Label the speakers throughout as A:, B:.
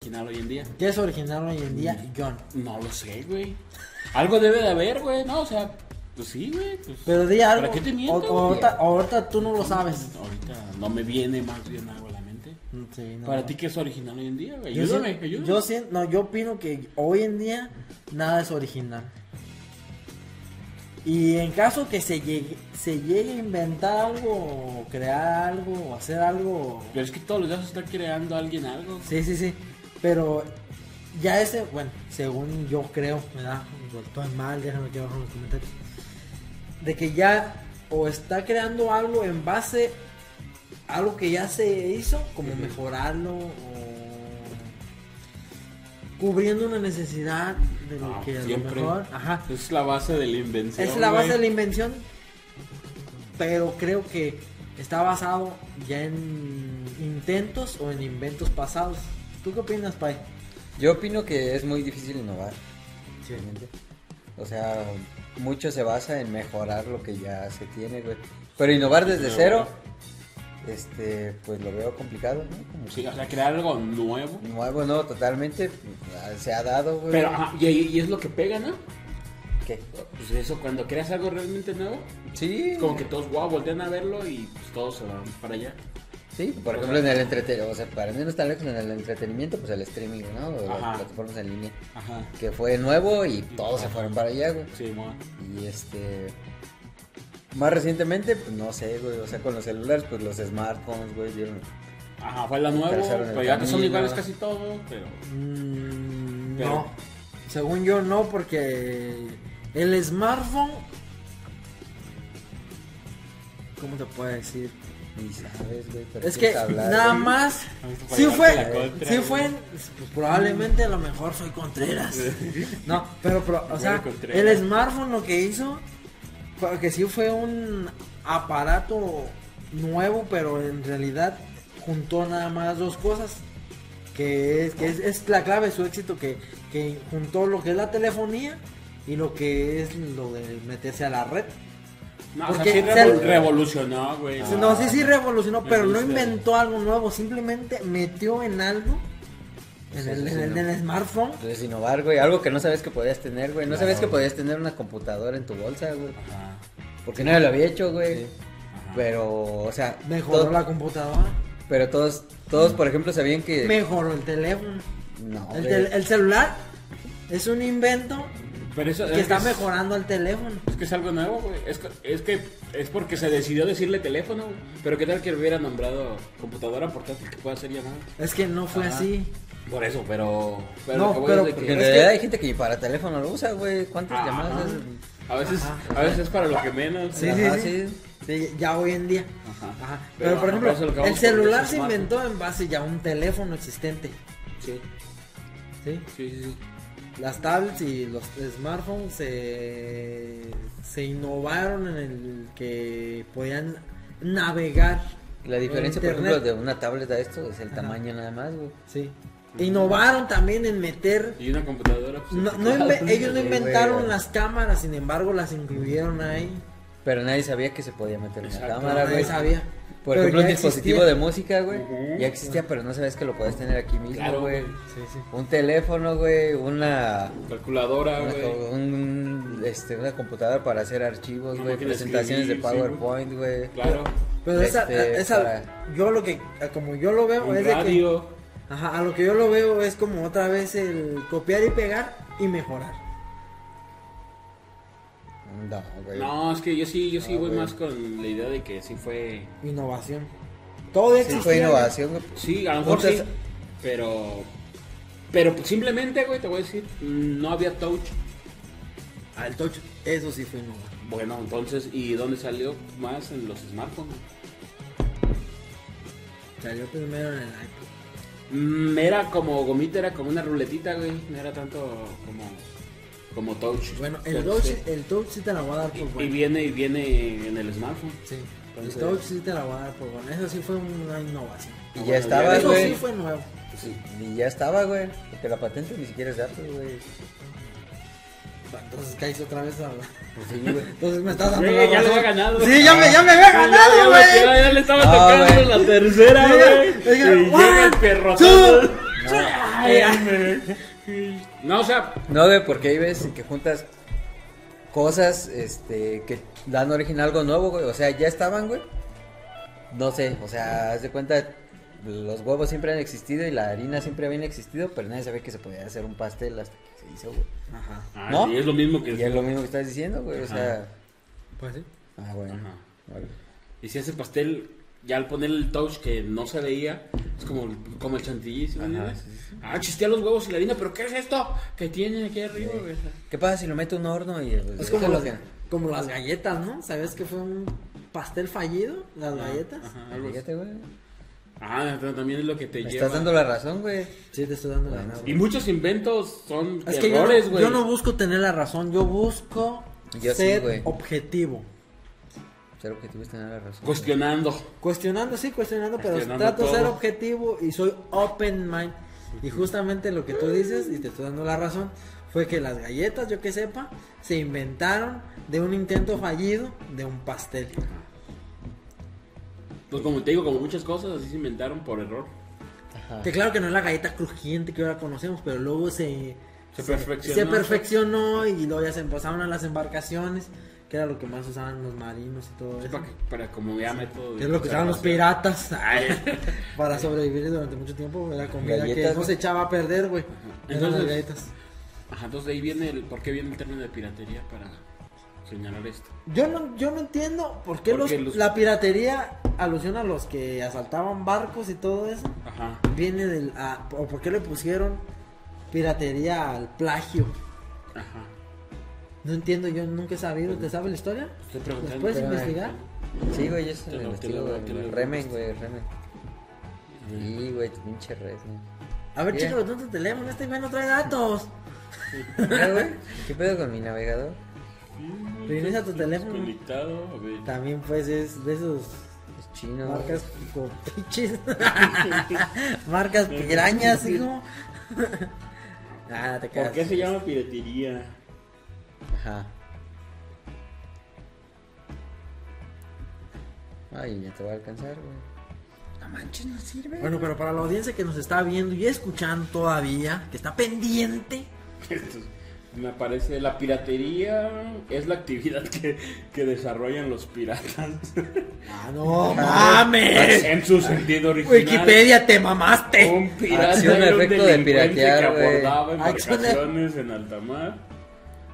A: original hoy en día?
B: ¿Qué es original hoy en día,
A: Mm.
B: John?
A: No lo sé, güey. Algo debe de haber, güey, ¿no? O sea, pues sí, güey. pues,
B: Pero di algo.
A: ¿Para qué te
B: o-
A: miento?
B: o
A: güey?
B: ahorita, ahorita tú no lo sabes.
A: Ahorita no me viene más bien algo a la mente.
B: Sí, no.
A: Para ti, ¿qué es original hoy en día, güey?
B: Yo
A: Ayúdame,
B: sí-
A: ayúdame.
B: Yo sí- no, yo opino que hoy en día nada es original. Y en caso que se llegue, se llegue a inventar algo, o crear algo, o hacer algo.
A: Pero es que todos los días se está creando alguien algo.
B: Sí, sí, sí. Pero ya ese, bueno, según yo creo, me da, todo es mal, déjame aquí abajo en los comentarios. De que ya o está creando algo en base a algo que ya se hizo, como
A: Ujú.
B: mejorarlo o cubriendo una necesidad de lo
A: Ah,
B: que a lo
A: siempre.
B: mejor. Ajá.
A: Es la base de la invención.
B: Ah. Es la base
A: güey.
B: de la invención, pero creo que está basado ya en intentos o en inventos pasados. ¿Tú qué opinas, Pai?
C: Yo opino que es muy difícil innovar. realmente. O sea, mucho se basa en mejorar lo que ya se tiene, güey. Pero innovar desde
A: Pero,
C: cero, este, pues lo veo complicado, ¿no? Como
A: Sí, o sea, crear algo nuevo.
C: Nuevo, no, totalmente. pues, Se ha dado, güey.
A: Pero, ah, ajá, y, y- y es lo que pega, ¿no?
C: ¿Qué?
A: Pues eso, cuando creas algo realmente nuevo,
C: Sí.
A: es como que todos, wow, voltean a verlo y pues, todos se van para allá.
C: Sí,
A: O
C: por ejemplo, en
A: sea-
C: el entretenimiento, o sea, para mí no está lejos en el entretenimiento, pues el streaming, ¿no? O
A: Ajá.
C: las plataformas en línea.
A: Ajá.
C: Que fue nuevo y todos se fueron para allá, güey.
A: Sí, mo.
C: Y este. Más recientemente, pues no sé, güey. O sea, con los celulares, pues los smartphones, güey. vieron-
A: Ajá, fue la nueva,
C: Trazaron el
A: pero ya que son
C: camino.
A: iguales casi todos, pero...
B: Mm,
A: Pero-
B: No, según yo no, porque el smartphone, ¿cómo te puedo decir?
C: Ni sabes, güey. pero
B: Es que
C: quieres hablar,
B: nada
C: güey.
B: más,
A: Para
B: sí
A: llevarte la
B: fue,
A: contra,
B: sí
A: güey.
B: fue, pues, probablemente a lo mejor soy Contreras. No, pero, pero, o
A: Igual
B: sea,
A: de Contreras.
B: el smartphone lo que hizo, fue que sí fue un aparato nuevo, pero en realidad juntó nada más dos cosas, que es, que es, es la clave de su éxito, que, que juntó lo que es la telefonía y lo que es lo de meterse a la red.
A: No, o sea,
B: Porque
A: sí
B: se-
A: revol- revolucionó, güey.
C: Ah,
B: Sí, No, sí, sí revolucionó, pero no
A: Revolucionó.
B: inventó algo nuevo, simplemente metió en algo, en
C: Sí,
B: el,
C: sí,
B: en el-
C: sí,
B: en el
C: no.
B: smartphone.
C: Entonces, innovar, güey. Algo que no sabes que podías tener, güey. No
A: Claro.
C: sabías que podías tener una computadora en tu bolsa, güey.
A: Ajá,
C: Porque nadie lo había hecho, güey.
A: ajá.
C: Pero, o sea.
B: Mejoró
C: to-
B: la computadora,
C: Pero todos, todos, por ejemplo, sabían que.
B: mejoró el teléfono.
C: No,
B: El,
C: güey.
B: tel- el celular es un invento
A: Pero eso
B: que está
A: es-
B: mejorando el teléfono.
A: Es que es algo nuevo, güey. Es, que- es que es porque se decidió decirle teléfono, güey. Pero qué tal que lo hubiera nombrado computadora portátil que pueda ser llamada.
B: Es que no fue
A: Ajá.
B: así.
A: Por eso, pero. pero
B: No,
A: lo que voy
B: pero-
A: es de que-
C: Porque en
B: Es que-
C: realidad hay gente que ni para teléfono lo usa, güey. ¿Cuántas
A: Ajá.
C: llamadas es?
A: A veces,
B: Ajá.
A: a veces es para lo que menos.
B: Sí,
C: Ajá,
B: sí, sí,
C: sí.
B: Sí, Ya hoy en día.
A: Ajá.
B: Ajá. Pero,
A: Pero, ajá,
B: por ejemplo,
A: eso es lo que
B: el
A: vamos con
B: celular
A: los
B: se
A: smartphones.
B: inventó en base ya a un teléfono existente.
A: Sí,
B: ¿sí?
A: sí, sí, sí.
B: Las tablets y los smartphones se, se innovaron en el que podían navegar.
C: La diferencia, por
B: en
C: ejemplo, de
B: internet.
C: una tablet a esto es el
B: Ajá.
C: tamaño nada más, güey.
B: Sí. Innovaron también en meter
A: Y una computadora. pues,
B: No,
A: es
B: no
A: teclado.
B: inve- ellos no
C: Sí,
B: inventaron
C: güey.
B: las cámaras, sin embargo las incluyeron ahí.
C: Pero nadie sabía que se podía meter una
A: Exacto,
C: cámara,
B: nadie
C: güey.
B: sabía.
C: Por
B: Pero
C: ejemplo,
B: ya
C: un dispositivo
B: existía.
C: de música, güey.
A: Ujú.
C: Ya existía, pero no sabías que lo podías tener aquí mismo,
A: Claro,
C: güey.
A: güey.
B: Sí, sí.
C: Un teléfono, güey. Una.
A: Calculadora,
C: una
A: güey.
C: co- un- este, una computadora para hacer archivos,
A: Una
C: güey.
A: máquina de
C: Presentaciones de
A: escribir, sí, güey.
C: PowerPoint, güey.
A: Claro.
B: Pero esa,
C: Este,
B: esa-
C: para-
B: yo lo que, como yo lo veo,
A: Un
B: es de que,
A: radio.
B: ajá, a lo que yo lo veo es como otra vez el copiar y pegar y mejorar.
C: No, güey.
A: No, es que yo sí, yo sí
C: Ah,
A: voy
C: güey.
A: más con la idea de que sí fue.
B: Innovación. Todo
C: Sí,
B: existía.
C: fue innovación, güey.
A: Sí, a lo mejor
C: Entonces-
A: sí. Pero. Pero pues, simplemente, güey, te voy a decir, no había touch.
B: Al Ah, touch, eso sí fue innovación.
A: Bueno, entonces, ¿y dónde salió más en los smartphones?
B: Salió primero en el iPod.
A: Mm, era como gomita, era como una ruletita, güey. No era tanto como, como touch.
B: Bueno, el
A: Pero
B: touch,
A: sí.
B: el touch sí te la voy a dar por
A: Y
B: bueno.
A: viene, y viene en el smartphone.
B: Sí, el
A: Entonces-
B: touch sí te la voy a dar por bueno. Eso sí fue una innovación.
C: Y
A: Ah,
C: ya
A: bueno, ya
C: estaba,
A: ves,
B: Eso
C: güey.
B: sí fue nuevo.
A: Sí.
C: Y ya estaba, güey. Porque la patente ni siquiera es de Apple, güey.
B: Entonces caíste otra vez a
C: güey.
B: Entonces me estás dando.
A: Güey,
B: la
A: ya
B: razón.
A: le había ganado.
B: Sí, ya me, ya me había
A: Ya, ya
B: ganado,
A: le-
B: güey.
A: Ya, ya le estaba
C: No,
A: tocando
C: Ah, güey.
A: la tercera,
B: Diga,
A: güey. Y
B: diga,
A: llega el
B: one,
A: perro.
B: two.
C: No,
A: No, o sea,
C: No, güey, porque hay veces que juntas cosas este, que dan origen a algo nuevo, güey. O sea, ya estaban, güey. No sé, o sea, haz de cuenta, los huevos siempre han existido y la harina siempre había existido, pero nadie sabía que se podía hacer un pastel hasta que se hizo, güey.
B: Ajá.
A: ah,
C: ¿No?
A: sí, es lo mismo que.
C: Y es lo mismo que estás diciendo, güey. O
A: Ajá.
C: sea,
B: Pues sí.
C: ah, bueno.
A: Ajá.
C: Vale.
A: Y si hace pastel, ya al poner el touch que no se veía, es como, como el chantilly. ¿sí me
C: Ajá,
A: entiendes?
C: sí, sí,
A: Ah, chistea los huevos y la harina, pero ¿qué es esto que tiene aquí arriba? güey?
C: ¿Qué pasa si lo meto a un horno y...
B: Es como,
C: Eso
B: las-
C: que-
B: como las galletas, ¿no? ¿Sabes que fue un pastel fallido? Las galletas.
A: Ajá, algo así.
C: Fíjate, güey.
A: Ah, pero también es lo que te
C: Me
A: lleva.
C: estás dando la razón, güey.
B: Sí, te estoy dando la
C: Bueno,
B: razón.
A: Y muchos inventos son
B: Es que yo, no-
A: errores, güey.
B: yo no busco tener la razón, yo busco
C: Yo sí,
B: ser
C: güey.
B: objetivo.
C: Ser objetivo es tener la razón.
A: Cuestionando.
B: Cuestionando, sí, cuestionando, pero
A: Cuestionando
B: trato de ser
A: todo.
B: objetivo y soy open mind. Y justamente lo que tú dices, y te estoy dando la razón, fue que las galletas, yo que sepa, se inventaron de un intento fallido de un pastel.
A: Pues como te digo, como muchas cosas así se inventaron por error.
C: Ajá.
B: Que claro que no es la galleta crujiente que ahora conocemos, pero luego se,
A: Se perfeccionó.
B: se perfeccionó y luego ya se pasaron a las embarcaciones, que era lo que más usaban los marinos y todo
A: Es
B: eso.
A: para, que- para como ya método. de
B: Que es lo que usaban los
A: conservación.
B: piratas para sobrevivir durante mucho tiempo. Era comida
C: Galletas,
B: que no
C: güey.
B: se echaba a perder, güey. Eran las
A: Entonces-
B: galletas.
A: Ajá, entonces de ahí viene el. ¿Por qué viene el término de piratería para señalar esto?
B: Yo no, yo no entiendo por qué
A: ¿Por
B: los-
A: qué los-
B: la piratería alusión a los que asaltaban barcos y todo eso.
A: Ajá.
B: Viene del. a- o por qué le pusieron piratería al plagio.
A: Ajá.
B: No entiendo, yo nunca he sabido. ¿Te sabe la historia?
A: Estoy
B: ¿Los
A: preguntando.
B: puedes
C: pero-
B: investigar?
C: Sí, güey, yo
A: Te
C: se lo
A: lo- te
C: investigo,
A: lo-
C: güey.
A: te lo-
C: Remen, güey, remen. Sí, güey, pinche red, güey.
B: A ver,
C: Bien.
B: chicos, no tu teléfono. Este güey no trae datos.
C: Ah, güey, ¿Qué pedo con mi navegador?
B: Reinicia tu teléfono.
A: Conectado, a ver.
B: También, pues, es de esos.
C: Es chino. güey.
B: Marcas como pinches. Marcas pirañas, hijo. Ah, te
A: ¿Por
B: quedas.
A: qué se llama piratería?
C: Ajá. Ay, ya te va a alcanzar, güey. No manches, no sirve.
B: Bueno, pero para la audiencia que nos está viendo y escuchando todavía, que está pendiente,
A: Esto es- Me parece, la piratería es la actividad que, que desarrollan los piratas
B: ¡Ah, no mames!
A: en su sentido original.
B: Wikipedia, te mamaste.
A: Un pirata
C: Acción,
A: era un
C: efecto de
A: delincuente
C: piratear,
A: que
C: güey.
A: abordaba
B: Acción e- de-
A: embarcaciones en alta mar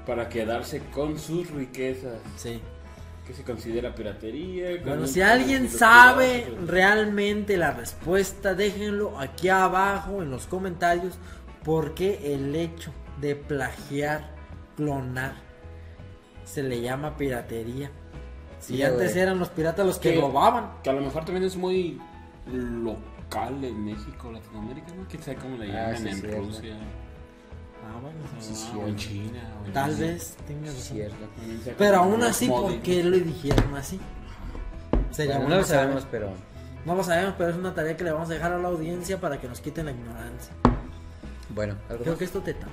A: para quedarse con sus riquezas.
B: Sí.
A: ¿Qué se considera piratería?
B: Bueno,
A: ¿Cómo
B: si
A: se
B: alguien
A: considera
B: sabe
A: pirata?
B: realmente la respuesta, déjenlo aquí abajo en los comentarios. ¿Por qué el hecho de plagiar, clonar, se le llama piratería? Si
C: Sí,
B: antes
C: güey.
B: eran los piratas los que
A: Que-
B: robaban.
A: Que a lo mejor también es muy local en México, Latinoamérica, ¿no? Quién sabe cómo le
C: Ah,
A: llaman
C: sí,
A: en
C: cierto.
A: Rusia.
B: Ah, bueno,
A: ah,
C: sí,
A: o en
C: cierto.
A: China. o en
B: tal
A: Rusia.
B: vez tengas
C: Es
B: razón.
C: cierto.
A: También se
B: Pero
A: acostumbran
B: aún
A: los
B: así,
A: modems.
B: ¿por qué lo dijeron así? Sería
C: Bueno,
B: bueno
C: no lo
B: saber.
C: sabemos, pero
B: No lo sabemos, pero es una tarea que le vamos a dejar a la audiencia para que nos quiten la ignorancia.
C: bueno, algo
B: Creo
C: más.
B: que esto te tapa.